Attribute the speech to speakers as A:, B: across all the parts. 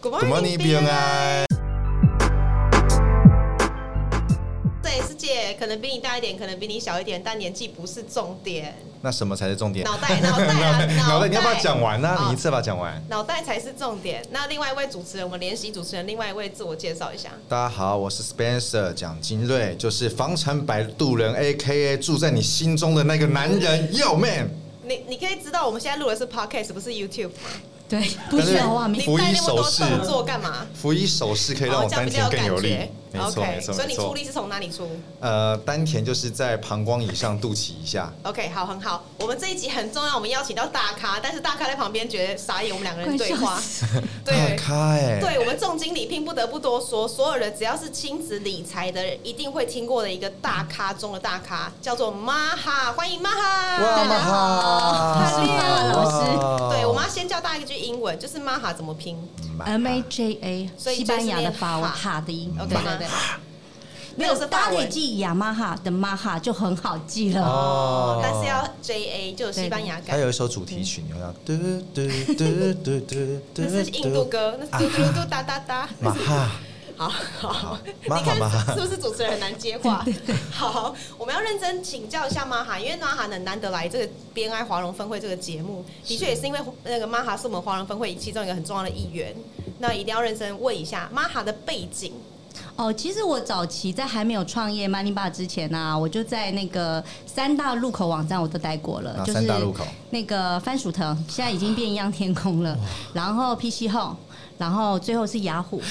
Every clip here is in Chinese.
A: Good
B: Good morning, 啊 BNI。
A: 这也是姐，可能比你大一点，可能比你小一点，但年纪不是重点，
B: 那什么才是重点？
A: 脑袋脑袋啊
B: 脑袋，你要不要讲完呢、
A: 哦
B: 你一次把它讲完。
A: 脑袋才是重点。那另外一位主持人，我们联席主持人，另外一位自我介绍一下。
B: 大家好，我是 Spencer 蒋金瑞，就是房产摆渡人，A.K.A 住在你心中的那个男人。Yo man，
A: 你你可以知道我们现在录的是 podcast，不是 YouTube 吗？
C: 对，不需要画
B: 你
C: 面。
A: 你带那么多
B: 扶一手势
A: 动作干嘛？
B: 辅以手势可以让我
A: 哦这样
B: 丹
A: 比较
B: 田
A: 有
B: 更有
A: 感
B: 力
A: 觉。。
B: 没错，没
A: OK，
B: 错，
A: 所以
B: 没
A: 你出
B: 错。
A: 力是从哪里出？
B: 呃，丹田就是在膀胱以上肚脐以下。
A: OK，好，很好。我们这一集很重要，我们邀请到大咖，但是大咖在旁边觉得傻眼，我们两个人
C: 快
A: 对
C: 笑
A: 话。
C: 死！
B: 大
A: 对
B: 咖哎、
A: 对我们重金礼聘不得不多说，所有人只要是亲子理财的人，一定会听过的一个大咖中的大咖，叫做玛哈，欢迎玛
B: 哇，
A: 哈。
B: 妈哈，
C: 大家好我是妈哈老师
B: 哇
A: 对，我们要先教大家一句英文，就是玛哈怎么拼。
C: M A J A，
A: 所以
C: 西
A: 就是
C: 班牙的
A: 念
C: 法文
A: 哈
C: 哈的音，
A: OK 吗？
C: 没
A: 那个
C: 有，
A: 是法
C: 大家
A: 文
C: 可以记雅马哈的马哈就很好记
B: 哦
C: 了。
A: 哦，但是要 J A，就有西班牙
B: 还
A: 感。
B: 有一首主题曲，你会要嘟嘟嘟嘟嘟嘟，
A: 那是印度歌，那是嘟嘟嘟哒哒哒。
B: 马哈，
A: 好好， 你
B: 玛哈
A: 看
B: 玛哈
A: 是不是主持人很难接 话？好，我们要认真请教一下玛哈，因为玛哈很难得来这个 BNI 华融分会这个节目，的确也是因为那个玛哈是我们华融分会其中一个很重要的一员，那一定要认真问一下玛哈的背景。
C: 哦，其实我早期在还没有创业 Money Bar 之前呢、啊我就在那个三大入口网站我都待过了，
B: 啊
C: 就是
B: 三大入口
C: 那个番薯藤，现在已经变一样天空
A: 哦
C: 了，然后 PC Home，然后最后是雅虎。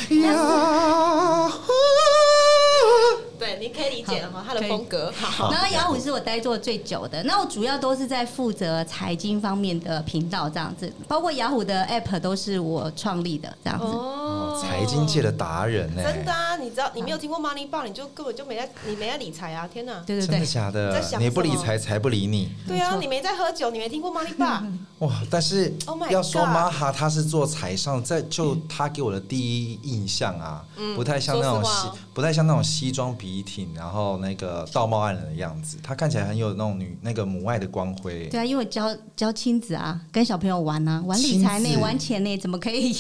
A: 对，你可以理解了哈，
C: 好
A: 他的
C: 可以
A: 风 格。好，
C: 然后雅虎是我待做最久的，那我主要都是在负责财经方面的频道这样子，包括雅虎的 App 都是我创立的这样子。
A: 哦
B: 财经界的达人呢？
A: 真的啊，你知道你没有听过 Money Ball，你就根本就没在，你没在理财啊！天哪，
C: 对对
B: 真的
C: 对，
B: 假
A: 在
B: 的
A: 想什？么
B: 你不理财，财不理你。
A: 对啊，
C: 没错
A: 你没在喝酒，你没听过 Money Ball。
B: 哇！但是
A: Oh my
B: 要说
A: God
B: 玛哈，他是做财商，在就他给我的第一印象啊，不太像那种
A: 嗯说实
B: 西
A: 话，哦
B: 不太像那种西装笔挺，然后那个道貌岸然的样子。他看起来很有那种女那个母爱的光辉。
C: 对啊，因为我教教亲子啊，跟小朋友玩啊，玩理财
B: 亲
C: 呢，
B: 子
C: 玩钱呢，怎么可以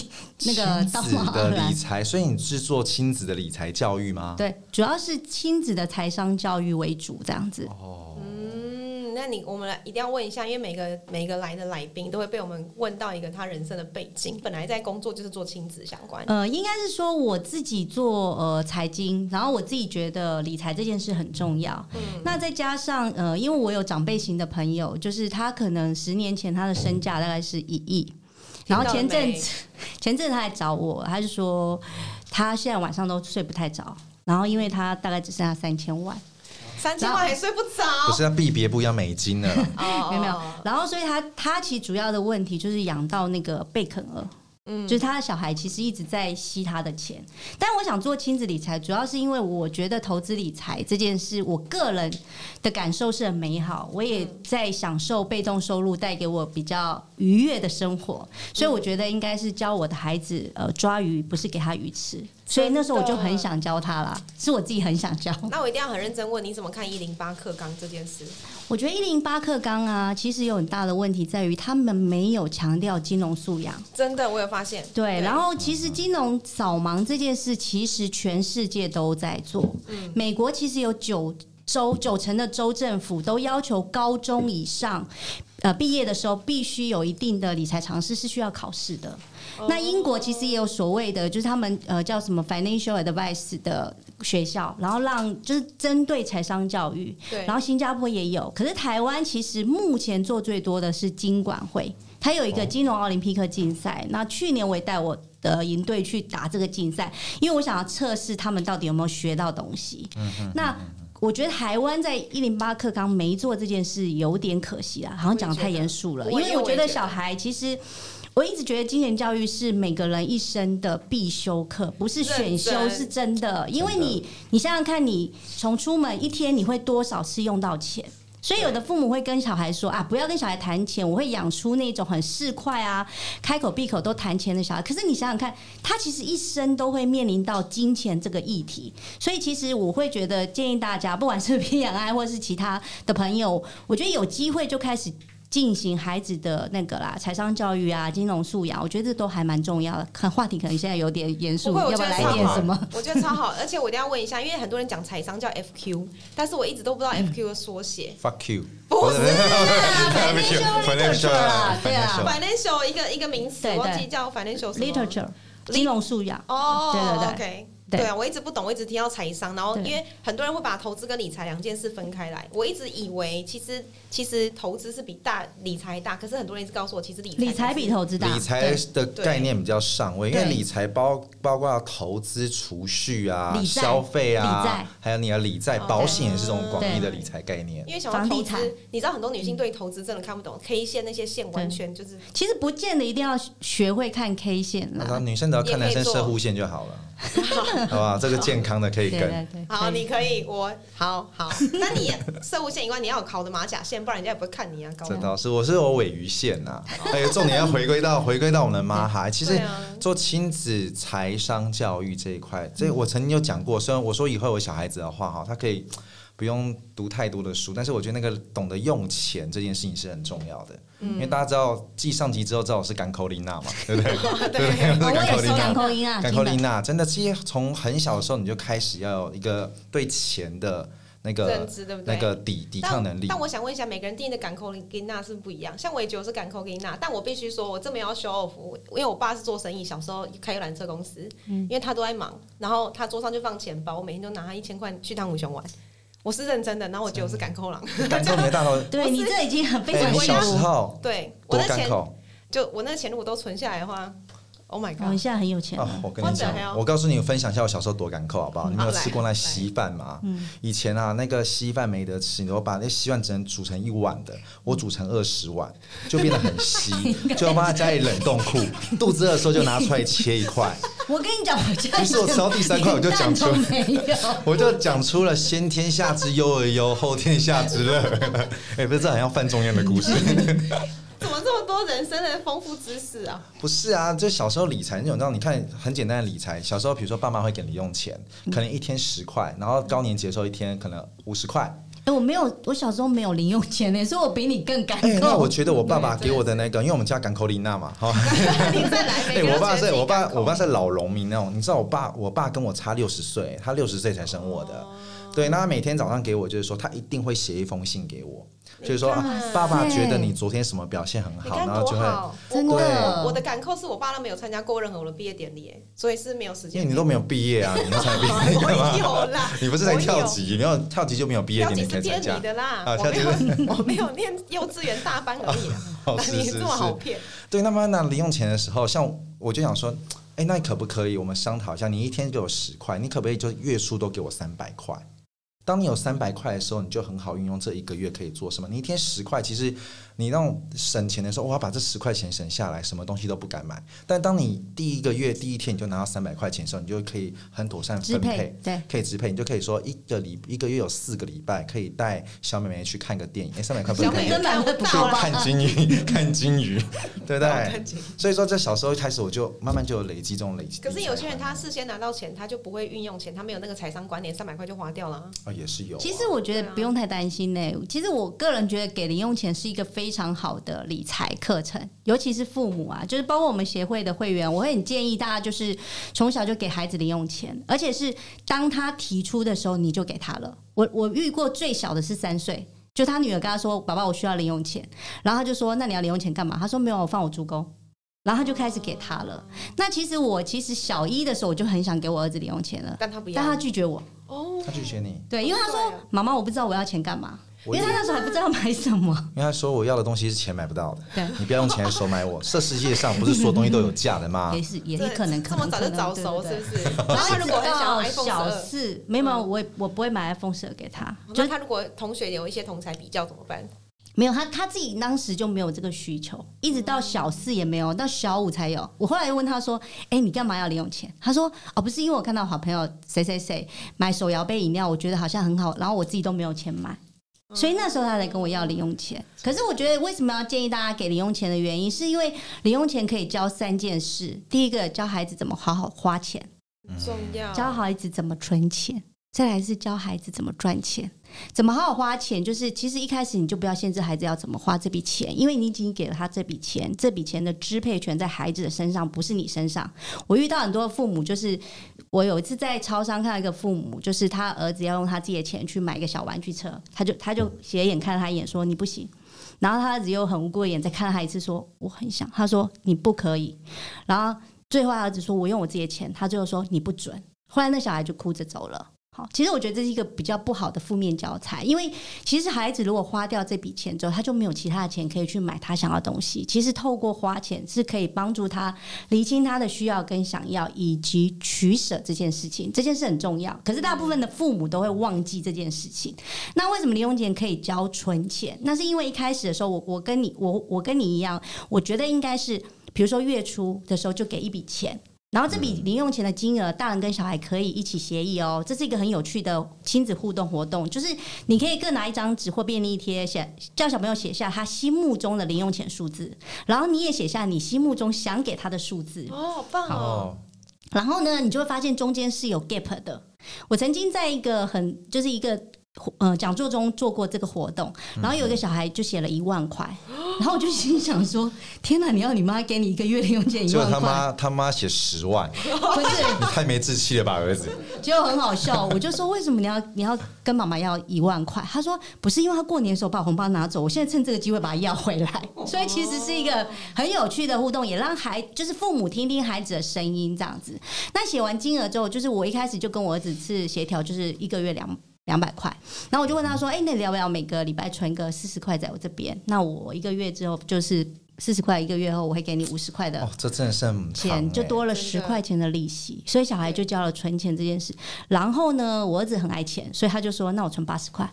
C: 那个啊
B: 亲
C: 道
B: 子
C: 貌
B: 的
C: 岸然
B: 理？财，所以你是做亲子的理财教育吗？
C: 对，主要是亲子的财商教育为主，这样子。
B: 哦，
A: 嗯，那你我们来一定要问一下，因为每个每个来的来宾都会被我们问到一个他人生的背景。本来在工作就是做亲子相关，
C: 呃，应该是说我自己做呃财经，然后我自己觉得理财这件事很重要。那再加上呃，因为我有长辈型的朋友，就是他可能十年前他的身价大概是一亿，然后前阵子前阵子他来找我，他就说他现在晚上都睡不太着，然后因为他大概只剩下三千万。
A: 三千万还睡不着，
B: 不是要币别不一样美金 了啦，
A: 哦
C: 没有没有。然后，所以他他其实主要的问题就是养到那个贝肯鹅，嗯，就是他的小孩其实一直在吸他的钱。但我想做亲子理财，主要是因为我觉得投资理财这件事，我个人的感受是很美好，我也
A: 嗯
C: 在享受被动收入带给我比较愉悦的生活，
A: 嗯
C: 所以我觉得应该是教我的孩子，呃，抓鱼不是给他鱼吃。所以那时候我就很想教他啦，是我自己很想教。
A: 那我一定要很认真问你怎么看一零八课纲这件事。
C: 我觉得一零八课纲啊，其实有很大的问题在于他们没有强调金融素养。
A: 真的，我有发现。
C: 对，然后其实金融扫盲这件事，其实全世界都在做。美国其实有九州九成的州政府都要求高中以上。呃，毕业的时候必须有一定的理财常识是需要考试的。
A: 哦
C: 那英国其实也有所谓的，就是他们呃叫什么 financial advice 的学校，然后让就是针对财商教育。
A: 对
C: 然后新加坡也有，可是台湾其实目前做最多的是金管会，它有一个金融奥林匹克竞赛。那去年我也带我的营队去打这个竞赛，因为我想要测试他们到底有没有学到东西。那我觉得台湾在一零八课纲没做这件事有点可惜啊，好像讲的太严肃了。
A: 我也
C: 因
A: 觉得
C: 为我觉
A: 我也
C: 得
A: 觉得
C: 小孩其实，我一直觉得金钱教育是每个人一生的必修课，不是选
A: 认
C: 修，
A: 真
C: 是真的。因为你，你想想看，你从出门一天你会多少次用到钱？所以有的父母会跟小孩说啊，不要跟小孩谈钱，我会养出那种很市侩啊，开口闭口都谈钱的小孩。可是你想想看，他其实一生都会面临到金钱这个议题，所以其实我会觉啊得建议大家，不管是 P 养爱或是其他的朋友，我觉得有机会就开始进行孩子的那个啦，财商教育啊，金融素养，我觉得这都还蛮重要的。看话题可能现在有点严肃，
A: 不会我
C: 要
A: 觉
C: 不
A: 得
C: 要来
A: 超
C: 点
A: 好
C: 什么？
A: 我觉得超好， 而且我一定要问一下，因为很多人讲财商叫 FQ，但是我一直都不知
C: 嗯
A: 道 FQ 的缩写。
B: Fuck you！
A: 不是
C: 啊
B: Financial，
C: literature 啊对啊
B: financial
A: financial 一个一个名词，
C: 对对
A: 忘记叫 financial 什么
C: literature 金融素养，
A: 哦，
C: 对对对
A: o k
C: 对
A: 对啊，我一直不懂，我一直听到财商，然后
C: 对
A: 因为很多人会把投资跟理财两件事分开来，我一直以为其实其实投资是比大理财大，可是很多人一直告诉我，其实理财
C: 理财
A: 才是
C: 比投资大，
B: 理财的
C: 对
B: 概念比较上位，因
C: 对
B: 为理财包包括投资、储蓄啊、
C: 理财
B: 消费
C: 理哦财
B: 啊，还有你的理财、保险也是这种广义的理财概念。
A: 因为想要
C: 房
A: 投
C: 地产
A: 资，你知道很多女性对投资真的看不懂，K 线那些线完全就是
C: 其实不见得一定要学会看 K 线
B: 那他
C: 啦。
B: 女生只要看男
A: 也
B: 生
A: 可以做
B: 射护线就 好了，好吧？这个健康的可以
C: 对
B: 跟
C: 对对，
A: 好，
C: 对
A: 你可以，我好好。 那你射物线以外，你要有考的马甲线，不然人家也不会看你啊，高
B: 这倒是，我是有尾鱼线呐、还有重点要回归到回归到我们的妈哈，其实
A: 对啊
B: 做亲子财商教育这一块，这我曾经有讲过，虽然我说以后有小孩子的话哈，他可以不用读太多的书，但是我觉得那个懂得用钱这件事情是很重要的，因为大家知道继上集之后知道我是港口琳娜嘛，对不 对？对不对？
C: 哦
B: 我是港口
C: 我也是
B: 琳娜
C: 港口音啊，
B: 甘
C: 金
B: 寇
C: 本
B: 丽娜真的，其实从很小的时候你就开始要有一个对钱的那
A: 认
B: 个
A: 知对不
B: 那
A: 对？
B: 个抵抵抗能力
A: 但。但我想问一下，每个人定义的港口跟那是不一样。像我也觉得我是港口跟那，但我必须说，我这没有要 show off，我因为我爸是做生意，小时候开个缆车公司，
B: 嗯
A: 因为他都在忙，然后他桌上就放钱包，我每天都拿他一千块去汤姆熊玩。我是认真的，然后我觉得我是港口狼，
B: 感受你的大头，
C: 对你这已经很非
B: 哎
C: 常
B: 你
A: 我
B: 小时
C: 有，
B: 候
A: 对我
B: 多
A: 的
B: 港
A: 钱，
B: 口
A: 就我那个钱如果都存下来的话，Oh my
C: 我们
A: god！
C: 现在很有 钱
B: 哦
C: 了，，
B: 我跟你讲
A: 我想，要
B: 我告诉你，我分享一下我小时候多港口好不好？你们有吃过那稀饭吗？以前啊，那个稀饭没得吃，我把那稀饭只能煮成一碗的，我煮成二十碗，就变得很稀，就要放在家里冷冻库，肚子饿的时候就拿出来切一块。
C: 我跟你讲，我家
B: 于是我吃到第三块我 就讲出来
C: 连蛋都没有。
B: 我就讲出了先天下之忧而忧，后天下之乐。 哎、不是，这好像范仲淹的故事。
A: 怎么这么多人生的丰富知识 啊？
B: 不是啊，就小时候理财那种，让你看很简单的理财。小时候，比如说爸妈会给零用钱，可能一天十块，然后高年级的时候一天可能五十块。
C: 哎、我没有，我小时候没有零用钱呢、所以我比你更敢 扣。
B: 哎、那我觉得我爸爸给我的那个，因为我们家港口里娜嘛，哈、
A: 你再来，每
B: 哎、
A: 个人
B: 我
A: 都
B: 爸
A: 觉得
B: 是
A: 自己
B: 我爸
A: 港，口
B: 我爸是老农民那种。你知道，我爸我爸跟我差六十岁，他六十
A: 哦
B: 岁才生我的。对，那他每天早上给我就是说，他一定会写一封信给我，就是说、
A: 你看
B: 啊爸爸觉得你昨天什么表现很
A: 你
B: 好，
A: 看
B: 然后
A: 多
B: 就会，
A: 好，我
C: 真的
A: 我我的感扣是我爸都没有参加过任何我的毕业典礼，哎所以是没有时
B: 因
A: 间
B: 为。你都没有毕业啊，你那才毕 业干
A: 我
B: 嘛？
A: 有啦，
B: 你不是才跳级，没有跳级就没有毕
A: 我
B: 业
A: 有？
B: 典
A: 跳
B: 礼
A: 级是
B: 可以
A: 骗
B: 参加
A: 你。的啦，
B: 啊
A: 我没有
B: 跳 级
A: 我没有念幼稚园大班而已啦。
B: 哦
A: 那
B: 是
A: 你
B: 是
A: 这么好骗？
B: 对，那么拿零用钱的时候，像我就想说，哎、那可不可以我们商讨一下？你一天给我十块，你可不可以就月初都给我三百块？当你有三百块的时候，你就很好运用这一个月可以做什么。你一天十块，其实你那种省钱的时候，我要把这十块钱省下来，什么东西都不敢买。但当你第一个月第一天你就拿到三百块钱的时候，你就可以很妥善
C: 支
B: 分配
C: 配，对，
B: 可以支配，你就可以说一个礼一个月有四个礼拜可以带小妹妹去看个电影，哎，三百块不是
A: 小
B: 可
A: 美
B: 以
C: 妹根本
A: 看
C: 不
A: 不
B: 去
A: 到啦，
B: 看 金鱼，看金鱼，对不对
A: 看？金鱼
B: 所以说，在小时候一开始，我就慢慢就有累积这种累积。
A: 可是有些人他事先拿到钱，他就不会运用钱，他没有那个财商观念，三百块就花掉了啊。
B: 啊、也是有啊、
C: 其实我觉得不用太担心呢、其实我个人觉得给零用钱是一个非常好的理财课程，尤其是父母啊，就是包括我们协会的会员，我会很建议大家就是从小就给孩子零用钱，而且是当他提出的时候你就给他了。我我遇过最小的是三岁。就他女儿跟他说：“爸爸，我需要零用钱。”然后他就说：“那你要零用钱干嘛？”他说：“没有，我放我猪公。”然后他就开始给他了。那其实我其实小一的时候我就很想给我儿子零用钱了，
A: 但他不
C: 但他
A: 要
C: 拒绝我。
A: 哦，
B: 他拒绝你，
C: 对，因为
A: 好
C: 他说
A: 帅哦：“
C: 妈妈，我不知道我要钱干嘛。”因
B: 我
C: 为
B: 也
C: 他那时候还不知道买什么。
B: 因为他说我要的东西是钱买不到的，
C: 对，
B: 你不要用钱来收买我。这世界上不是所有东西都有价的 吗
C: 也？是也
A: 这
C: 是可能可
A: 啊这
C: 能
A: 么早就早熟
C: 可
A: 是
C: 能对对对
A: 不是？ 然
C: 然
A: 后
C: 后
A: 他如果很想要
C: 到
A: iPhone
C: 小
A: 十
C: 四，没有，没有我也我不会买 iPhone 十二给他，
A: 二，那
C: 就是
A: 他如果同学有一些同才比较怎么办？
C: 没有他他自己当时就没有这个需求，一直到小四也没有，到小五才有。我后来又问他说：“哎、你干嘛要零用钱？”他说：“哦，不是因为我看到好朋友谁谁谁买手摇杯饮料，我觉得好像很好，然后我自己都没有钱买。” 所以那时候他才跟我要零用钱。可是我觉得为什么要建议大家给零用钱的原因，是因为零用钱可以教三件事：第一个，教孩子怎么好好花钱；
A: 嗯重要
C: 教孩子怎么存钱；再来是教孩子怎么赚钱，怎么好好花钱。就是其实一开始你就不要限制孩子要怎么花这笔钱，因为你已经给了他这笔钱，这笔钱的支配权在孩子的身上，不是你身上。我遇到很多父母，就是我有一次在超商看到一个父母，就是他儿子要用他自己的钱去买一个小玩具车，他就他就斜眼看了他一眼，说你不行。然后他儿子又很无辜的眼再看了他一次，说我很想。他说你不可以。然后最后他儿子说我用我自己的钱，他最后说你不准。后来那小孩就哭着走了。好，其实我觉得这是一个比较不好的负面教材，因为其实孩子如果花掉这笔钱之后，他就没有其他的钱可以去买他想要的东西。其实透过花钱是可以帮助他厘清他的需要跟想要，以及取舍这件事情，这件事很重要。可是大部分的父母都会忘记这件事情。那为什么零用钱可以交存钱？那是因为一开始的时候，我我跟你我我跟你一样，我觉得应该是，比如说月初的时候就给一笔钱。然后这笔零用钱的金额，大人跟小孩可以一起协议哦。这是一个很有趣的亲子互动活动，就是你可以各拿一张纸或便利贴，写叫小朋友写下他心目中的零用钱数字，然后你也写下你心目中想给他的数字。
A: 哦，好棒哦！
B: 哦，
C: 然后呢，你就会发现中间是有 gap 的。我曾经在一个很就是一个呃讲座中做过这个活动，
B: 嗯
C: 然后有一个小孩就写了一万块，然后我就心想说： 天哪，你要你妈给你一个月零用钱一
B: 结果
C: 万
B: 他
C: 块，
B: 妈他妈写十万，
C: 不是？
B: 你太没志气了吧，儿子？
C: 结果很好笑，我就说为什么你要你要跟妈妈要一万块？他说不是，因为他过年的时候把红包拿走，我现在趁这个机会把它要回来。所以其实是一
A: 哦
C: 个很有趣的互动，也让孩就是父母听听孩子的声音这样子。那写完金额之后，就是我一开始就跟我儿子是协调，就是一个月两。两百块，然后我就问他说：“哎、那你要不要每个礼拜存个四十块在我这边？那我一个月之后就是四十块，一个月后我会给你五十块的
B: 哦，这真的是很长
C: 钱就
B: 欸
C: 多了
A: 真
C: 十
A: 的
C: 块钱的利息，所以小孩就教了存钱这件事。然后呢，我儿子很爱钱，所以他就说：“那我存八十块，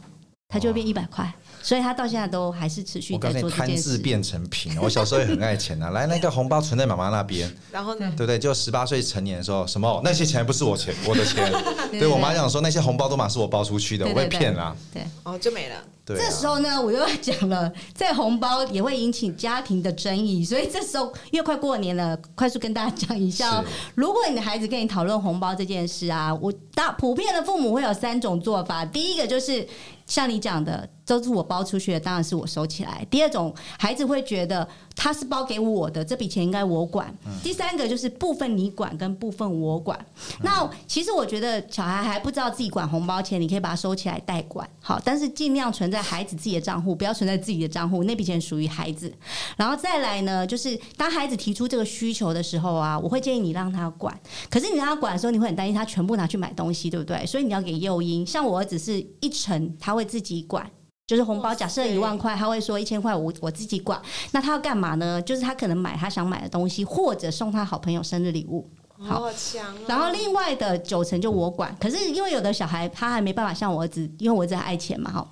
C: 他就会变一百块。”所以他到现在都还是持续
B: 我
C: 在
B: 刚才
C: 做这
B: 贪
C: 件
B: 字
C: 事。
B: 变成贫，我小时候也很爱钱啊。来，那个红包存在妈妈那边，
A: 然后呢？
B: 对不对？就十八岁成年的时候，什么那些钱不是我钱，我的钱。
C: 对
B: 对我妈讲说，那些红包都嘛是我包出去的，
C: 对
B: 我
C: 对
B: 被骗啦。
C: 对，
A: 哦，就没了。
B: 对啊，
C: 这时候呢，我又要讲了，在红包也会引起家庭的争议，所以这时候越快过年了，快速跟大家讲一下、哦，如果你的孩子跟你讨论红包这件事啊，我大普遍的父母会有三种做法。第一个就是像你讲的，都是我包出去的，当然是我收起来。第二种，孩子会觉得他是包给我的，这笔钱应该我管。
B: 嗯
C: 第三个就是部分你管跟部分我管。那其实我觉得小孩还不知道自己管红包钱，你可以把它收起来代管，好，但是尽量存在孩子自己的账户，不要存在自己的账户，那笔钱属于孩子。然后再来呢，就是当孩子提出这个需求的时候啊，我会建议你让他管。可是你让他管的时候，你会很担心他全部拿去买东西，对不对？所以你要给诱因。像我儿子是一成，他会自己管。就是红包，
A: 哇塞
C: 假设一万块，他会说一千块我我自己管。那他要干嘛呢？就是他可能买他想买的东西，或者送他好朋友生日礼物。好
A: 好强哦！
C: 然后另外的九成就我管，可是因为有的小孩他还没办法像我儿子，因为我儿子很爱钱嘛，哈。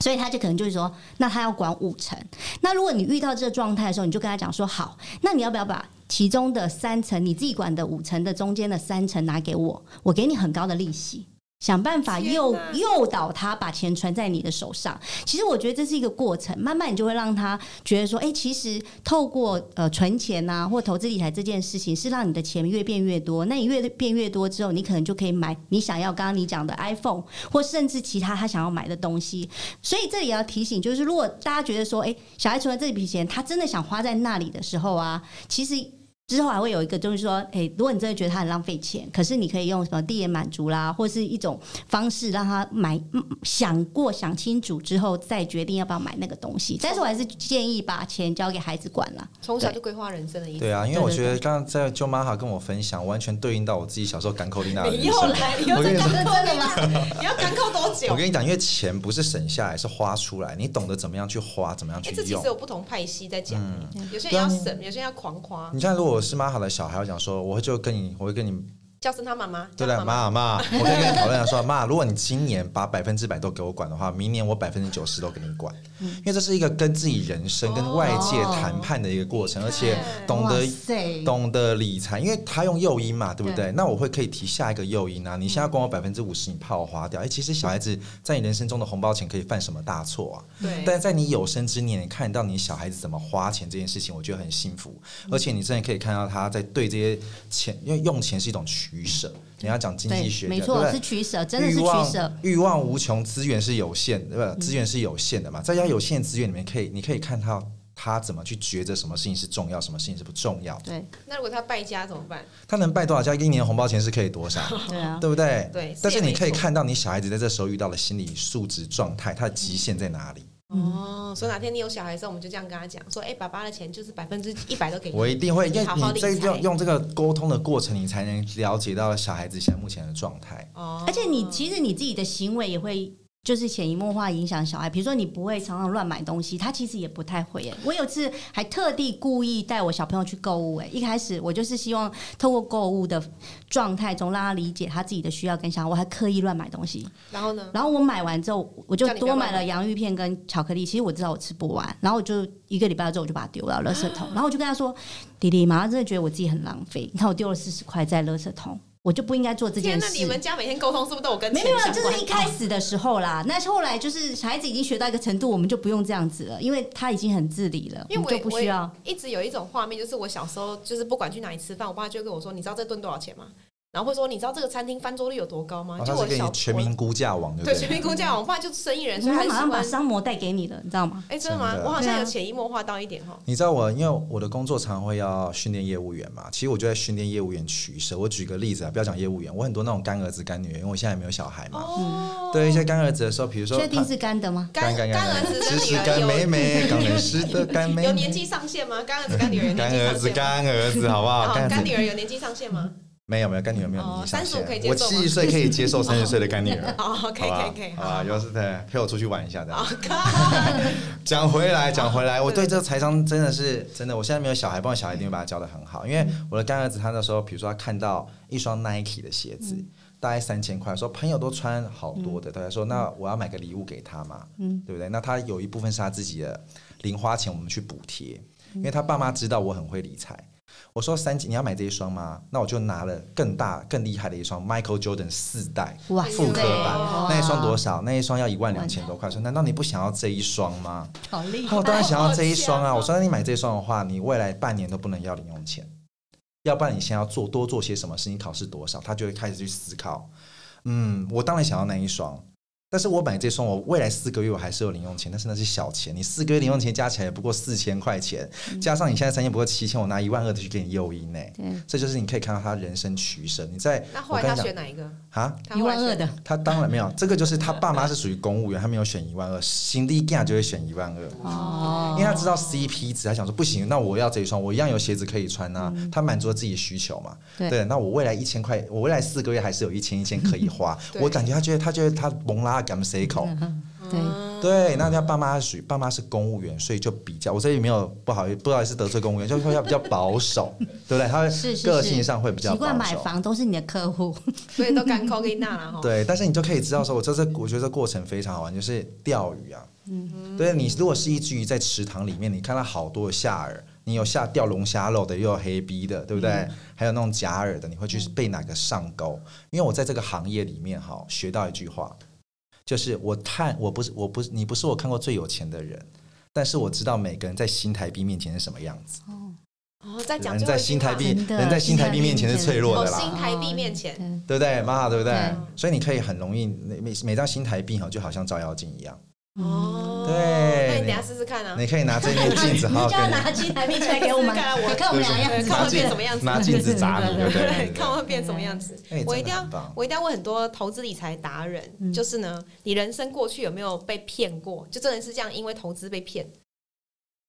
C: 所以他就可能就是说，那他要管五成。那如果你遇到这个状态的时候，你就跟他讲说，好，那你要不要把其中的三成你自己管的五成的中间的三成拿给我，我给你很高的利息，想办法
A: 天
C: 诱
A: 哪
C: 诱导他把钱存在你的手上。其实我觉得这是一个过程，慢慢你就会让他觉得说，哎、其实透过呃存钱呐、或投资理财这件事情，是让你的钱越变越多。那你越变越多之后，你可能就可以买你想要刚刚你讲的 iPhone，或甚至其他他想要买的东西。所以这里要提醒，就是如果大家觉得说，哎、小孩存了这笔钱，他真的想花在那里的时候啊，其实。之后还会有一个，就是说，哎、如果你真的觉得他很浪费钱，可是你可以用什么地点满足啦，或是一种方式让他买，嗯想过想清楚之后再决定要不要买那个东西。但是我还是建议把钱交给孩子管啦。
A: 从小就规划人生的意思。
B: 对啊，因为
C: 对
B: 我
C: 对
B: 觉得刚刚在舅妈哈跟我分享，完全对应到我自己小时候港口丽娜的啊人
A: 你又
B: 生。
A: 来，你又
B: 我
A: 在
B: 跟你
A: 干
B: 说
A: 扣你吗？ 你要干扣多久
B: 我？跟你讲，因为钱不是省下来，是花出来，你懂得怎么样去花，怎么样
A: 哎、
B: 去
A: 这其
B: 用
A: 实。有不同派系在讲、有些人
B: 哦对啊
A: 要省，有些人要狂花，
B: 你像如果我是妈好的小孩，我讲说，我会就跟你，我会跟你
A: 叫声他妈妈，
B: 对
A: 叫
B: 了，
A: 妈妈。
B: 妈妈，我可以跟你讨论了说， 妈，如果你今年把百分之百都给我管的话，明年我百分之九十都给你管，因为这是一个跟自己人生、跟外界谈判的一个过程，而且懂
C: 哇
B: 得。
C: 塞，
B: 懂得理财，因为他用诱因嘛，对不对？那我会可以提下一个诱因啊。你现在管我百分之五十，你怕我花掉？哎、其实小孩子在你人生中的红包钱可以犯什么大错啊？
A: 对，
B: 但在你有生之年，你看到你小孩子怎么花钱这件事情，我觉得很幸福，而且你真的可以看到他在对这些钱，因为用钱是一种取取舍。你要讲经济学，
C: 没
B: 对
C: 错，
B: 不对
C: 是取舍，真的是
B: 欲
C: 取
B: 望
C: 舍。
B: 欲望无穷，资源是有限的，不，资源是有限的嘛。在家有限的资源里面，可以你可以看到他怎么去抉择什么事情是重要，什么事情是不重要。
C: 对
A: 那如果他败家怎么办？
B: 他能败多少家，一年红包钱是可以多少，
C: 对啊，
B: 对不对？
A: 对
B: 但是
A: 是也
B: 你可以
A: 没错
B: 看到你小孩子在这时候遇到的心理素质状态，他的极限在哪里。
A: 哦，所以哪天你有小孩的时候，我们就这样跟他讲说：“哎、爸爸的钱就是百分之一百都给你。”
B: 我一定会，因为
A: 好好
B: 你
A: 理
B: 在
A: 财
B: 用用这个沟通的过程，你才能了解到小孩子现在目前的状态。
A: 哦，
C: 而且你其实你自己的行为也会。就是潜移默化影响小孩，比如说你不会常常乱买东西，他其实也不太会耶。我有次还特地故意带我小朋友去购物，哎，一开始我就是希望透过购物的状态中让他理解他自己的需要跟想法，我还刻意乱买东西。
A: 然后呢？
C: 然后我买完之后，我就
A: 叫你不要
C: 多买
A: 乱
C: 了洋芋片跟巧克力。其实我知道我吃不完，然后我就一个礼拜之后我就把它丢到垃圾 桶。然后我就跟他说：“弟弟，妈妈真的觉得我自己很浪费，你看我丢了四十块在垃圾桶，我就不应该做这
A: 天
C: 件
A: 哪，
C: 事。”
A: 你们家每天沟通是不是都有跟
C: 没
A: 钱
C: 有没有，啊
A: 相
C: 就
A: 关
C: 是一开始的时候
B: 哦
C: 啦。那后来就是小孩子已经学到一个程度，我们就不用这样子了，因为他已经很自理了，
A: 因为
C: 我
A: 我
C: 们就不需要。
A: 一直有一种画面，就是我小时候就是不管去哪里吃饭，我爸就会跟我说：“你知道这顿多少钱吗？”然后会说：“你知道这个餐厅翻桌率有多高吗？”
B: 哦，
A: 就
B: 他
A: 我
B: 是给
A: 小
B: 你全民估价网，对
A: 对
B: 不
A: 全
B: 对？
A: 民公价，我爸就生意人，所以他很
C: 他马
A: 喜
C: 上把
A: 欢。
C: 伤魔带给你了，你知道吗？
A: 哎，真的吗
B: 真？的
A: 我好像有
C: 对啊
A: 潜移默化到一点哈。
B: 你知道我，因为我的工作常会要训练业务员嘛，其实我就在训练业务员取舍。我举个例子啊，不要讲业务员，我很多那种干儿子干女儿，因为我现在没有小孩
C: 嗯
B: 嘛。
A: 哦，
B: 对一些干儿子的时候，比如说
C: 确定
B: 他
C: 是干的吗？
A: 干
B: 干
A: 干儿子
B: 只是
A: 跟
B: 干
A: 女
B: 妹
A: 儿
B: 妹，干美师的干妹
A: 有
B: 妹，
A: 有年纪上限吗？干儿子干女儿有年
B: 干
A: 纪
B: 儿
A: 上
B: 子
A: 限吗？
B: 干儿子好不好？
A: 好，
B: 干儿
A: 干
B: 子
A: 女儿有年纪上限吗？
B: 没有没有干女儿没有
A: 哦
B: 年纪上
A: 35
B: 限
A: 可以接
B: 我
A: 受吗。
B: 七十岁可以接受三十岁的干女儿
A: 哦，可以可以可以，
B: 好吧，有啊是的，陪我出去玩一下的。
A: 好，干
B: 讲回来，讲回来，我
A: 哦对
B: 对这个财商真的是真的，我现在没有小孩，不然小孩一定会把他教的很好。因为我的干儿子，他那时候比如说他看到一双 Nike 的鞋子，
A: 嗯
B: 大概三千块，说朋友都穿好多的，他说那我要买个礼物给他嘛，
A: 嗯
B: 对不对？那他有一部分是他自己的零花钱，我们去补贴，
A: 嗯
B: 因为他爸妈知道我很会理财。我说三千，你要买这一双吗？那我就拿了更大、更厉害的一双 Michael Jordan 四代，
C: 哇
B: 复刻版
A: 哇
B: 那一双多少？那一双要一万两千多块。说难道你不想要这一双吗？
C: 好厉
B: 他说哦当然想要这一双啊。
A: 好
B: 我说那你买这一双的话，你未来半年都不能要零用钱，要不然你先要做多做些什么事情，考试多少，他就会开始去思考。嗯，我当然想要那一双，但是我买这双，我未来四个月我还是有零用钱，但是那是小钱，你四个月零用钱加起来也不过四千块钱，
A: 嗯
B: 加上你现在三千不过七千，我拿一万二的去给你诱因呢。
C: 对，
B: 这就是你可以看到他人生取舍。你在
A: 那后
B: 我
A: 来
B: 跟
A: 他
B: 你讲
A: 选哪一个？
B: 啊，
A: 他
C: 一
A: 后来
C: 万
A: 选，
C: 二的，
B: 他当然没
C: 嗯
B: 有，这个就是他爸妈是属于公务员，他没有选一万二，心地干就会选一万二，
C: 哦
B: 因为他知道 CP 值，他想说不行，那我要这一双，我一样有鞋子可以穿啊，他满足了自己的需求嘛。
C: 嗯对
B: 那我未来一千块，我未来四个月还是有一千一千可以花
A: 对
B: 我感觉他觉得他觉得他蒙拉感 C 口。
C: 嗯对，
A: 嗯
B: 对，那他爸妈是属于爸妈是公务员，所以就比较，我这里没有不好意思，不好意思得罪公务员，就会要比较保守，对不对？他会
C: 是是
B: 个
C: 是
B: 性上会比较
C: 习
B: 保
C: 惯
B: 守。
C: 买房都是你的客户，
A: 所以都干扣给娜了哈。
B: 对，但是你就可以知道说，我这这我觉得这过程非常好玩，就是钓鱼啊。嗯，对你如果是一只鱼在池塘里面，你看到好多的下饵，你有下钓龙虾肉的，也有黑逼的，对不对？还有那种假饵的，你会去被哪个上钩？因为我在这个行业里面哈，学到一句话，就是我看我不是我不是你不是我看过最有钱的人。但是我知道每个人在新台币面前是什么样子，
A: 哦，在讲
B: 人在新台
A: 币，
B: 币，
C: 真的
B: 人在新台币面前是脆弱
A: 哦，
B: 的啦。
A: 新台币面前，
B: 对不对？妈，对不对
C: 对？
B: 所以你可以很容易每每每张新台币哈，就好像照妖镜一样，
A: 哦，
B: 对
A: 那你等一下试试看啊。
B: 你可以拿这面镜子
C: 你
B: 好好
C: 就要
B: 跟
C: 拿新台币出来 给我们，
A: 看啊我
C: 你看我们俩样
A: 对
C: 子，
A: 看我
B: 拿
A: 们
B: 镜
A: 变什么样子
B: 拿镜子砸你， 对不对对
A: 对，
B: 对？
A: 看我会变什么样子
B: 哎真。的
A: 我一定要
B: 很棒，
A: 我一定要问很多投资理财达
C: 嗯
A: 人，就是呢，你人生过去有没有被骗过？就真的是这样，因为投资被骗？
C: 嗯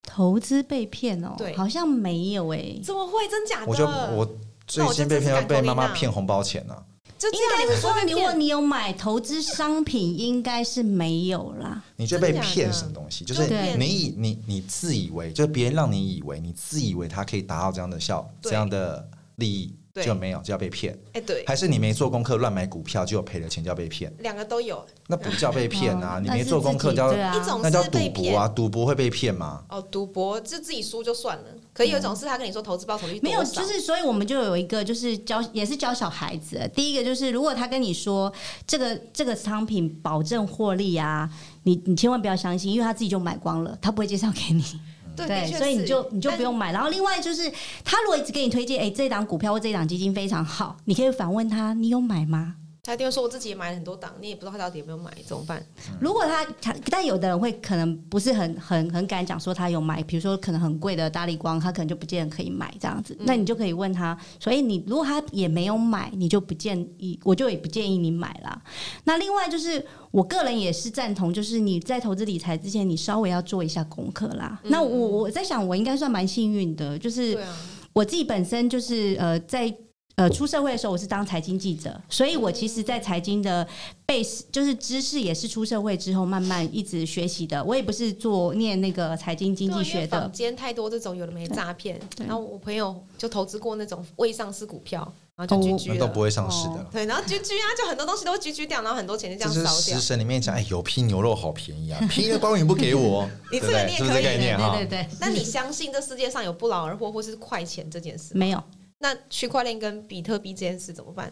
C: 投资被骗哦
A: 对，
C: 好像没有哎，
A: 怎么会？真假的？
B: 我就我最近被骗到被妈妈骗红包钱啊呢、
A: 就这
C: 应
A: 样，
C: 该是说，
A: 你们
C: 如
A: 会被
C: 果
A: 骗
C: 你有买投资商品，应该是没有啦。
B: 你就被骗什么东西？就是你以你你自以为，就是别人让你以为你自以为他可以达到这样的效
A: 对
B: 这样的利益，
A: 对
B: 就没有就要被骗，
A: 哎，对，
B: 还是你没做功课乱买股票就有赔了钱就要被骗，
A: 两个都有。
B: 那不叫被骗啊！
C: 哦
A: 嗯
B: 你
C: 那
B: 没
C: 是
B: 做
C: 自
B: 功课
C: 己
B: 叫
C: 对啊
A: 一种
B: 那叫
A: 是
B: 赌
A: 被
B: 博啊，
A: 骗
B: 赌博会被骗吗？
A: 哦，赌博就自己输就算了，可以有一种是他跟你说投资报酬率多
C: 嗯没有，
A: 少
C: 就是所以我们就有一个，就是教也是教小孩子的。第一个就是，如果他跟你说这个这个商品保证获利啊，你你千万不要相信，因为他自己就买光了，他不会介绍给你。
A: 对，的
C: 对，
A: 确
C: 所以
A: 是
C: 你就你就
A: 但
C: 不用买。然后另外就是，他如果一直给你推荐，哎、这档股票或这档基金非常好，你可以反问他，你有买吗？
A: 他一定会说我自己也买了很多档，你也不知道他到底有没有买，怎么办？
C: 如果他他，但有的人会可能不是很很很敢讲说他有买，比如说可能很贵的大力光，他可能就不见得可以买这样子。那你就可以问他，所以你如果他也没有买，你就不建议，我就也不建议你买啦。那另外就是，我个人也是赞同，就是你在投资理财之前，你稍微要做一下功课啦。那我我在想，我应该算蛮幸运的，就是
A: 对啊，
C: 我自己本身就是呃，在呃出社会的时候，我是当财经记者，所以我其实，在财经的 base 就是知识也是出社会之后慢慢一直学习的。我也不是做念那个财经经
A: 对啊
C: 济
A: 因为
C: 学的
A: 坊，间太多这种有的没的诈骗，
C: 对
A: 然后我朋友就投资过那种未上市股票，然
C: 哦
A: 后就
C: 我
A: 居
B: 那
A: 居
B: 都不
A: 了。
B: 会上市的
C: 哦
B: 了。
A: 对，然后居居啊，就很多东西都居居掉，然后很多钱就这
B: 这
A: 样
B: 就是
A: 烧掉
B: 食。神里面讲，哎，有批牛肉好便宜啊，批了光宇不给我，
A: 你
B: 对
A: 这个
B: 不对？
A: 你也
B: 是不是这
A: 可以
B: 概念哈？
C: 对对对，
A: 那你相信这世界上有不劳而获或是快钱这件
B: 嗯
A: 事吗？
C: 没有。
A: 那区块链跟比特币这件事怎么办？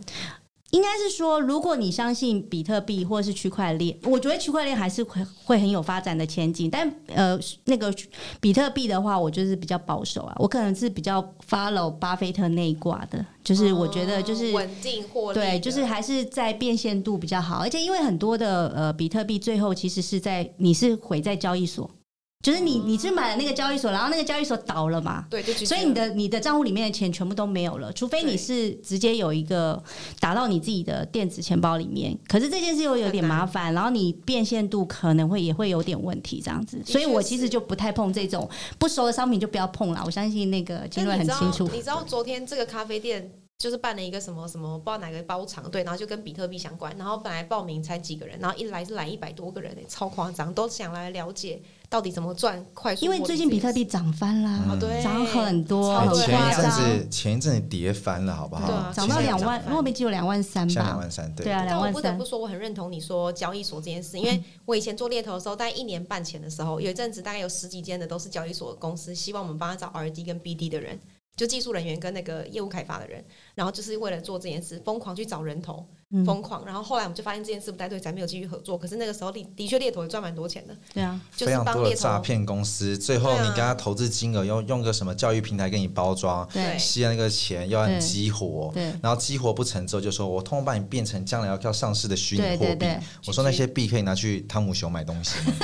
C: 应该是说，如果你相信比特币或是区块链，我觉得区块链还是会会很有发展的前景。但呃，那个比特币的话，我就是比较保守啊，我可能是比较 follow 巴菲特那一挂的，就是我觉得就是
A: 哦稳定获利的，
C: 对，就是还是在变现度比较好，而且因为很多的呃比特币最后其实是在你是毁在交易所，就是你
A: 哦
C: 你是买了那个交易所，然后那个交易所倒了嘛。
A: 对，就 GG
C: 所以你的你的账户里面的钱全部都没有了，除非你
A: 对
C: 是直接有一个打到你自己的电子钱包里面。可是这件事又有点
A: 很难
C: 麻烦，然后你变现度可能会也会有点问题，这样子。
A: 确
C: 所以我其
A: 是
C: 实就不太碰这种不熟的商品，就不要碰了。我相信那个
A: 但
C: 金瑞很
A: 你知
C: 清
A: 道，
C: 楚。
A: 你知道昨天这个咖啡店就是办了一个什么什么，不知道哪个包场对，然后就跟比特币相关，然后本来报名才几个人，然后一来是来一百多个人、欸，超夸张，都想来了解到底怎么赚快速
C: 因
A: 获利
C: 为
A: 这件事。
C: 最近比特币涨翻啦，
A: 哦对
C: 涨很多，
A: 超
B: 嗯哎
A: 多
C: 很
A: 对
B: 前
C: 夸
B: 一阵
C: 张，
B: 子，哦前一阵子跌翻了，好不
A: 对
B: 好
A: 啊？
C: 涨到
A: 现在
C: 两万
A: 涨，翻
C: 我们只有两万三
B: 像两
C: 吧，
B: 万三，
C: 对啊，两
A: 但我
C: 万
A: 不得
C: 三
A: 不。说，我很认同你说交易所这件事，因为我以前做猎头的时候，大概一年半前的时候，有一阵子大概有十几间的都是交易所的公司，希望我们帮他找 R D 跟 B D 的人，就技术人员跟那个业务开发的人，然后就是为了做这件事，疯狂去找人头，
C: 嗯
A: 疯狂。然后后来我们就发现这件事不太对，咱没有继续合作。可是那个时候的的确猎头也赚蛮多钱的，
C: 对啊，
A: 就
B: 非
A: 是
B: 常
A: 帮
B: 多
A: 猎
B: 的
A: 头啊
B: 诈骗公司，最后你跟他投资金额用用个什么教育平台给你包装，
A: 对
C: 对
B: 吸了那个钱要很激活，
C: 对
B: 然后激活不成之后就说我通通把你变成将来要要上市的虚拟
C: 对
B: 货
C: 对
B: 币
C: 对，
B: 我说那些币可以拿去汤姆熊买东西吗？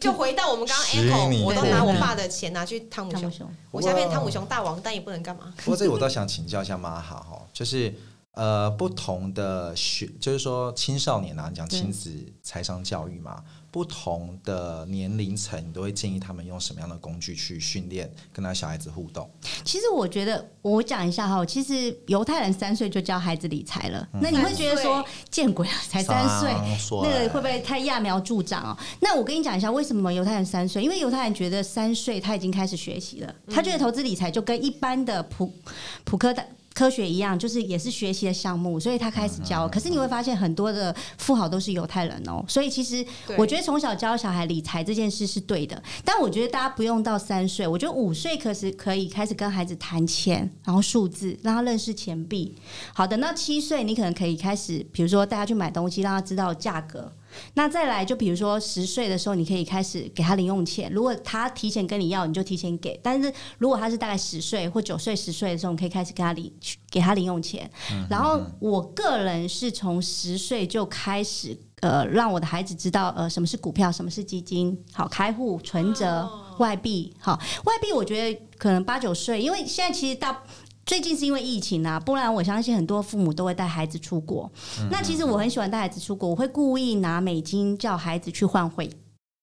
A: 就回到我们刚刚
B: 虚拟
A: echo，我都拿
C: 货
A: 我
C: 币
A: 爸的钱拿去汤姆
C: 汤姆
A: 熊，
C: 熊，
A: 我现在变
B: 哇
A: 汤姆熊大王，但也不能干嘛。
B: 不过这个我倒想请教一下玛哈哈，就是呃不同的学，就是说青少年啊，你讲亲子财商教育嘛，不同的年龄层，你都会建议他们用什么样的工具去训练跟他小孩子互动？
C: 其实我觉得，我讲一下哈，其实犹太人三岁就教孩子理财了，
B: 嗯
C: 那你会觉得说见鬼了，才哎三岁，
B: 岁
C: 那个会不会太揠苗助长哦？那我跟你讲一下，为什么犹太人三岁？因为犹太人觉得三岁他已经开始学习了，他觉得投资理财就跟一般的普普科的。科学一样，就是也是学习的项目，所以他开始教。可是你会发现，很多的富豪都是犹太人哦，所以其实
A: 对
C: 我觉得从小教小孩理财这件事是对的，但我觉得大家不用到三岁，我觉得五岁可是可以开始跟孩子谈钱，然后数字，让他认识钱币。好，等到七岁，你可能可以开始，比如说带他去买东西，让他知道价格。那再来，就比如说十岁的时候，你可以开始给他零用钱。如果他提前跟你要，你就提前给；但是如果他是大概十岁或九岁、十岁的时候，你可以开始给他零去给他零用钱。然后我个人是从十岁就开始，呃，让我的孩子知道呃什么是股票，什么是基金，好开户、存折、外币。好，外币我觉得可能八九岁，因为现在其实大。最近是因为疫情啊，不然我相信很多父母都会带孩子出国。
B: 嗯
C: 那其实我很喜欢带孩子出国，我会故意拿美金叫孩子去换汇。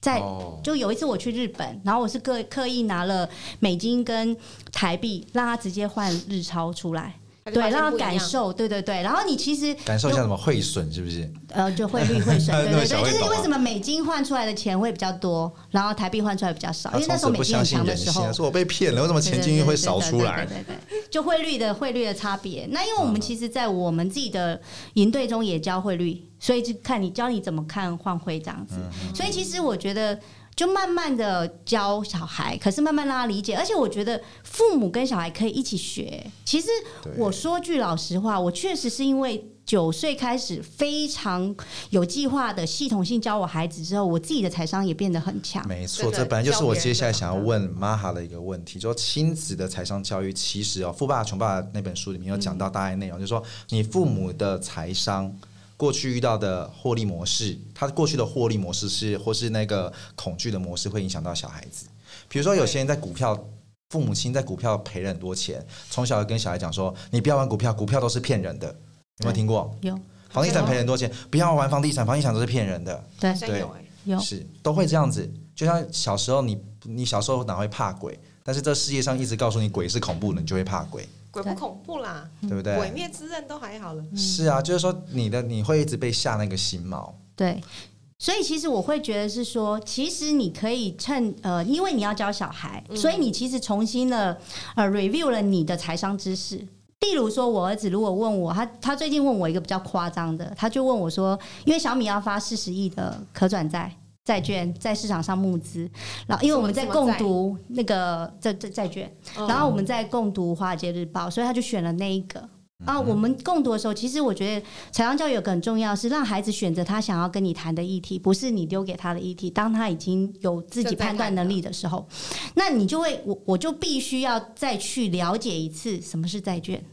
C: 在
B: 哦
C: 就有一次我去日本，然后我是刻刻意拿了美金跟台币，让他直接换日钞出来，
A: 他就
C: 对，
A: 发现
C: 让
A: 不
C: 他
A: 一样
C: 感受，对对对。然后你其实
B: 感受一下什么汇损是不是？
C: 呃，就 汇率汇损，
B: 那
C: 对对
B: 个
C: 对，
B: 小
C: 就
B: 会
C: 是
B: 懂啊
C: 为什么美金换出来的钱会比较多，然后台币换出来比较少，因
B: 他
C: 为那
B: 从
C: 时候
B: 此
C: 美
B: 不
C: 金很
B: 相信
C: 强的
B: 人
C: 时
B: 性
C: 候
B: 啊，，说我被骗了，为什么钱进去会少出来？嗯
C: 对对对对对对就汇率的汇率的差别。那因为我们其实，在我们自己的营队中也教汇率，所以就看你教你怎么看换汇这样子。
B: 嗯
C: 所以其实我觉得。就慢慢的教小孩，可是慢慢让他理解，而且我觉得父母跟小孩可以一起学。其实
B: 对
C: 我说句老实话，我确实是因为九岁开始非常有计划的系统性教我孩子之后，我自己的财商也变得很强。
B: 没
A: 真
B: 错，
A: 的嗯
B: 这本来就是我接下来
A: 啊教别
B: 想
A: 人
B: 要问玛哈的一个问题，就是亲子的财商教育。其实哦，《富爸爸穷爸爸》那本书里面有讲到大概内容，就是说你父母的财商。过去遇到的获利模式，他过去的获利模式是，或是那个恐惧的模式，会影响到小孩子。比如说，有些人在股票，父母亲在股票赔了很多钱，从小就跟小孩讲说：“你不要玩股票，股票都是骗人的。”有没有听过？
C: 有
B: 房地产赔很多钱，不要玩房地产，房地产都是骗人的。
C: 对
A: 好像有哎、
C: 有，
B: 是都会这样子。就像小时候你你小时候哪会怕鬼？但是这世界上一直告诉你鬼是恐怖的，你就会怕鬼，
A: 鬼不恐怖啦，
B: 对不
A: 嗯鬼
B: 对？
A: 灭之刃都还好了。
B: 是啊，就是说你的你会一直被下那个心锚，
C: 对，所以其实我会觉得是说，其实你可以趁呃，因为你要教小孩，
A: 嗯
C: 所以你其实重新了呃 review 了你的财商知识。例如说，我儿子如果问我，他他最近问我一个比较夸张的，他就问我说，因为小米要发四十亿的可转债债券在市场上募资，然后因为我们在
A: 什么什么
C: 共
A: 债
C: 读那个这这债券，
A: 哦
C: 然后我们在共读《华尔街日报》，所以他就选了那一个。然后我们共读的时候，其实我觉得财商教育有个很重要，是让孩子选择他想要跟你谈的议题，不是你丢给他的议题。当他已经有自己
A: 正在
C: 判断
A: 看的
C: 能力的时候，那你就会我我就必须要再去了解一次什么是债券，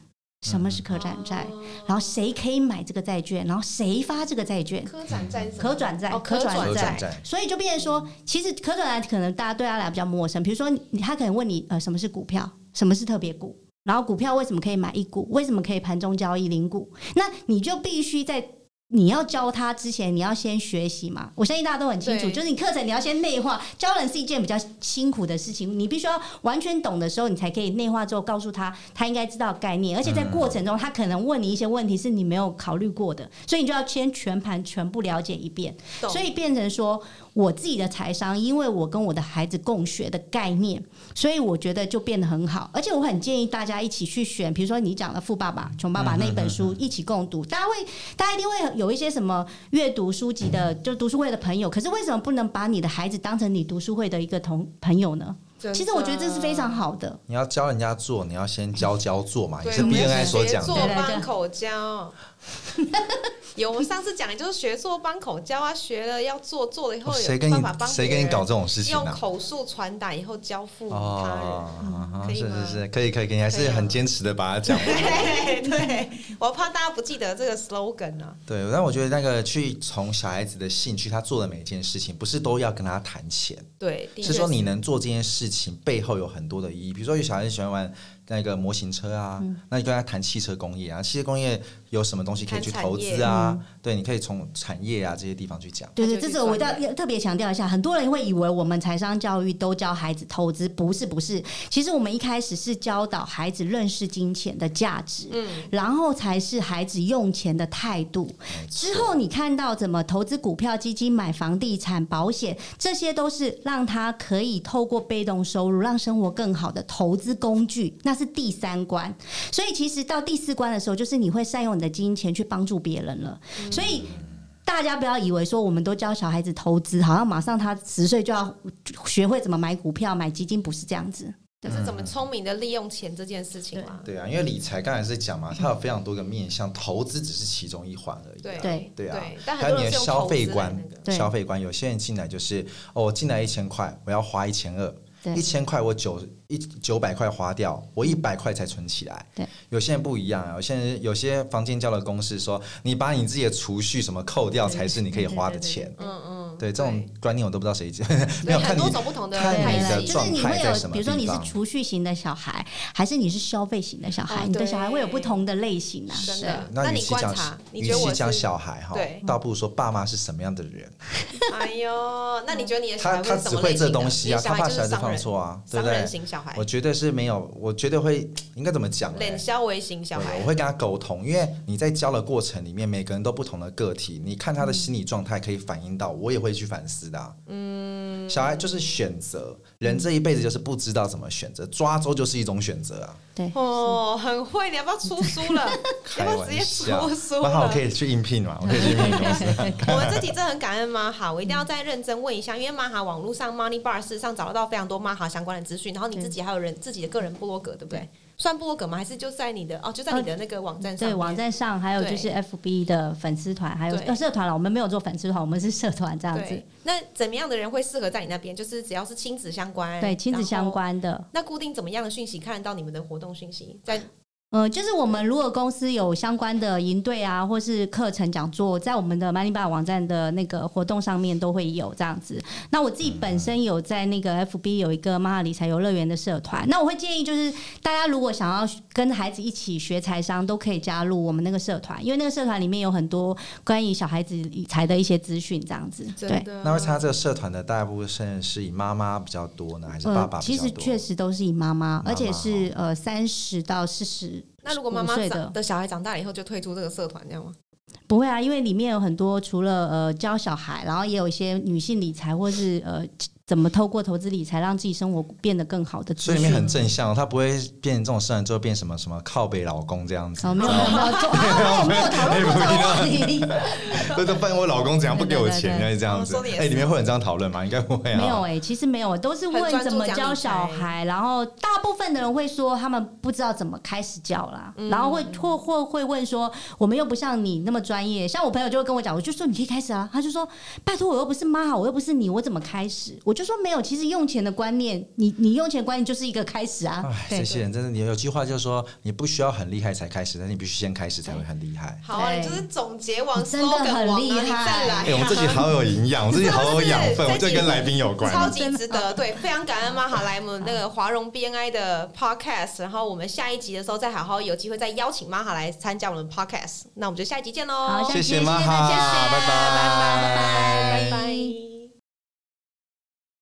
C: 什么是可转债，
A: 嗯
C: 然后谁可以买这个债券，然后谁发这个债券，
A: 哦科展战什么
C: 可转债
A: 哦，
C: 可
A: 可
C: 转
A: 转
C: 债
A: 债。
B: 战
C: 所以就变成说，其实可转债可能大家对他来比较陌生。比如说你，他可能问你，呃，什么是股票，什么是特别股，然后股票为什么可以买一股，为什么可以盘中交易零股？那你就必须在你要教他之前，你要先学习嘛。我相信大家都很清楚，
A: 对
C: 就是你课程你要先内化，教人是一件比较辛苦的事情，你必须要完全懂的时候，你才可以内化之后告诉他他应该知道的概念，而且在过程中他可能问你一些问题是你没有考虑过的，所以你就要先全盘全部了解一遍。
A: 懂
C: 所以变成说，我自己的财商，因为我跟我的孩子共学的概念，所以我觉得就变得很好。而且我很建议大家一起去选，比如说你讲的《富爸爸
A: 嗯
C: 穷爸爸》那本书，一起共读。大家会，大家一定会有一些什么阅读书籍的，就读书会的朋友。可是为什么不能把你的孩子当成你读书会的一个同朋友呢？
A: 真的
C: 其实我觉得这是非常好的。
B: 你要教人家做，你要先教教做嘛，啊也
A: 对
B: 是
A: 我们
B: BNI 所
A: 学
B: 讲
A: 做
B: 的。
C: 对对
A: 帮
C: 对
A: 口交。 有，我们上次讲的就是学做帮口交啊，学了要做，做了以后有
B: 哦谁跟你
A: 办法帮
B: 谁
A: 别
B: 跟你
A: 人
B: 搞这种事情
A: 用
B: 啊？
A: 口述传达以后交付他人。嗯
B: 哦，
A: 可以
B: 是
A: 吗
B: 是是，可以可以，可以，你还
A: 可以
B: 是
A: 啊
B: 很坚持的把它讲 完。
A: 对对，我怕大家不记得这个 slogan 啊。
B: 对，但我觉得那个去从小孩子的兴趣，他做的每一件事情，不是都要跟他谈钱。
A: 对，的确
B: 是说你能做这件事情背后有很多的意义，比如说有小孩子喜欢玩那个模型车啊，
A: 嗯
B: 那你跟他谈汽车工业啊，汽车工业有什么东西可以去投资啊？
A: 嗯
B: 对，你可以从产业啊这些地方去讲。
C: 对对，
A: 他就
C: 这
A: 去
C: 个我要
A: 钻
C: 要特别强调一下，很多人会以为我们财商教育都教孩子投资，不是不是，其实我们一开始是教导孩子认识金钱的价值，
A: 嗯
C: 然后才是孩子用钱的态度。之后你看到怎么投资股票、基金、买房地产、保险，这些都是让他可以透过被动收入让生活更好的投资工具，那是第三关。所以其实到第四关的时候，就是你会善用你的金钱去帮助别人了。所以大家不要以为说我们都教小孩子投资，好像马上他十岁就要学会怎么买股票、买基金，不是这样子。
A: 就是怎么聪明的利用钱这件事情啦。
B: 对啊，因为理财刚才是讲
A: 嗯
B: 嘛，它有非常多个面向，投资只是其中一环而已。
A: 对
C: 对
B: 对啊，
A: 但
B: 还
A: 很
B: 有
A: 多
B: 你
A: 人
B: 的
A: 是用
B: 消
A: 投资
B: 费
A: 来
B: 观
A: 那个，
C: 对
B: 消费观，有些人进来就是哦，我进来一千块，我要花一千二，
C: 对
B: 一千块我九一九百块花掉，
A: 嗯
B: 我一百块才存起来。
C: 对，
B: 有些人不一样啊，有些人有些房间教的公式说，你把你自己的储蓄什么扣掉，才是你可以花的钱。
A: 嗯嗯，
B: 对，这种观念我都不知道谁 没
A: 对
B: 有
A: 很
B: 看你
A: 多种不同的
B: 看
A: 派
B: 你的
A: 系
C: 就是你
B: 状
C: 会
B: 态在什
C: 有，
B: 么
C: 比如说
B: 地
C: 你是
B: 方
C: 储蓄型的小孩，还是你是消费型的小孩，
A: 哦
C: 你的
A: 对
C: 小孩会有不同的类型啊。
A: 真
C: 对
A: 的。
B: 那
A: 你
B: 与其
A: 观
B: 讲
A: 察，，你
B: 与
A: 觉得我
B: 其
A: 是
B: 讲小孩哈
A: 对，
B: 倒不如说爸妈是什么样的人。
A: 哎呦，那你觉得你的哎小
B: 他
A: 孩
B: 他
A: 是什
B: 只
A: 么
B: 会
A: 类型
B: 这
A: 的
B: 东西啊，
A: 你的
B: 他
A: 小
B: 怕
A: 孩就
B: 小孩
A: 是
B: 子
A: 商
B: 放
A: 人，
B: 错啊，对
A: 商
B: 不对
A: 人？型小孩
B: 我，绝对是没有，我绝对会应该怎么讲呢？
A: 冷消为型小
B: 对
A: 孩
B: 我。会跟他沟通，因为你在教的过程里面，每个人都不同的个体，你看他的心理状态可以反映到，我也会去反思的、嗯，小孩就是选择，人这一辈子就是不知道怎么选择，抓周就是一种选择啊。
C: 对，
A: 哦，很会，你要不要出书了？
B: 开
A: 要不要直
B: 玩
A: 接啊
B: 笑
A: 出，书
B: 蛮好，我
A: 了
B: 可？以去应聘嘛，我可以去应聘
A: 嗯
B: 公司。
A: 我们这集真的很感恩玛哈，我一定要再认真问一下，因为玛哈网络上 Money Bar 事实上找得到非常多玛哈相关的资讯，然后你自己还有人自己的个人部落格，对不对？算部落格吗？还是就在你的哦，就在你的那个网站上、
C: 对，网站上还有就是 FB 的粉丝团，还有
A: 对
C: 呃社团了。我们没有做粉丝团，我们是社团这样子
A: 对。。那怎么样的人会适合在你那边？就是只要是亲子相关，
C: 对，亲子相
A: 然后。
C: 关的，
A: 那固定怎么样的讯息看得到你们的活动讯息？在
C: 呃，就是我们如果公司有相关的营队啊，或是课程讲座，在我们的 Money Bar 网站的那个活动上面都会有这样子。那我自己本身有在那个 FB 有一个玛雅理财游乐园的社团，那我会建议就是大家如果想要跟孩子一起学财商，都可以加入我们那个社团，因为那个社团里面有很多关于小孩子理财的一些资讯，这样子。对
A: 真。的
B: 那会参加这个社团的大部分是以妈妈比较多呢，还是爸爸
C: 呃，
B: 比
C: 其
B: 较
C: 实
B: 多？
C: 确实都是以妈妈，而且
B: 妈妈
C: 是呃三十到四十
A: 那如果妈妈
C: 五岁
A: 长
C: 的
A: 的小孩长大了以后就退出这个社团，这样吗？
C: 不会啊，因为里面有很多除了呃教小孩，然后也有一些女性理财或是呃怎么透过投资理财让自己生活变得更好的
B: 所
C: 资
B: 以里面
C: 讯。
B: 很正向，他不会变成这种社团之后变什么什么靠北老公这样子。
C: 哦，没有没有没有做，啊没有没有讨论过这 个问题，
B: 对对，发现我老公怎样不给我
C: 对对对
B: 钱，应该是这样子
A: 哦说得也。是
B: 哎，里面会有这样讨论吗？应该不会啊。
C: 没有哎、其实没有，都是
A: 很专
C: 问
A: 注
C: 怎么
A: 讲理
C: 教小
A: 财
C: 孩，然后大部分的人会说他们不知道怎么开始教啦，
A: 嗯
C: 然后会或或会问说我们又不像你那么专业，像我朋友就会跟我讲，我就说你可以开始啊，他就说拜托我又不是妈，我又不是你，我怎么开始？我就说没有，其实用钱的观念，你你用钱的观念就是一个开始啊，
B: 哎，
C: 对
B: 这些人真的，你有句话就是说，你不需要很厉害才开始，但你必须先开始才会很厉害。
A: 好啊，
C: 对
A: 你就是总结王，
C: 你真的
A: slogan
C: 很
A: 王啊
C: 厉
A: 你再
C: 害
A: 来。
B: 哎、我们这集好有营养，我们这集好 有养分，我这跟来宾有关。
A: 超级值得，对，非常感恩玛哈来我们那个华融 BNI 的 podcast，然后我们下一集的时候再好好有机会再邀请玛哈来参加我们的 podcast，那我们就下一集见喽，
C: 好，下
B: 谢
C: 期
B: 谢
C: 见
B: 玛哈
C: 谢谢
B: 拜拜
C: 拜拜
A: 拜
C: 拜拜
A: 拜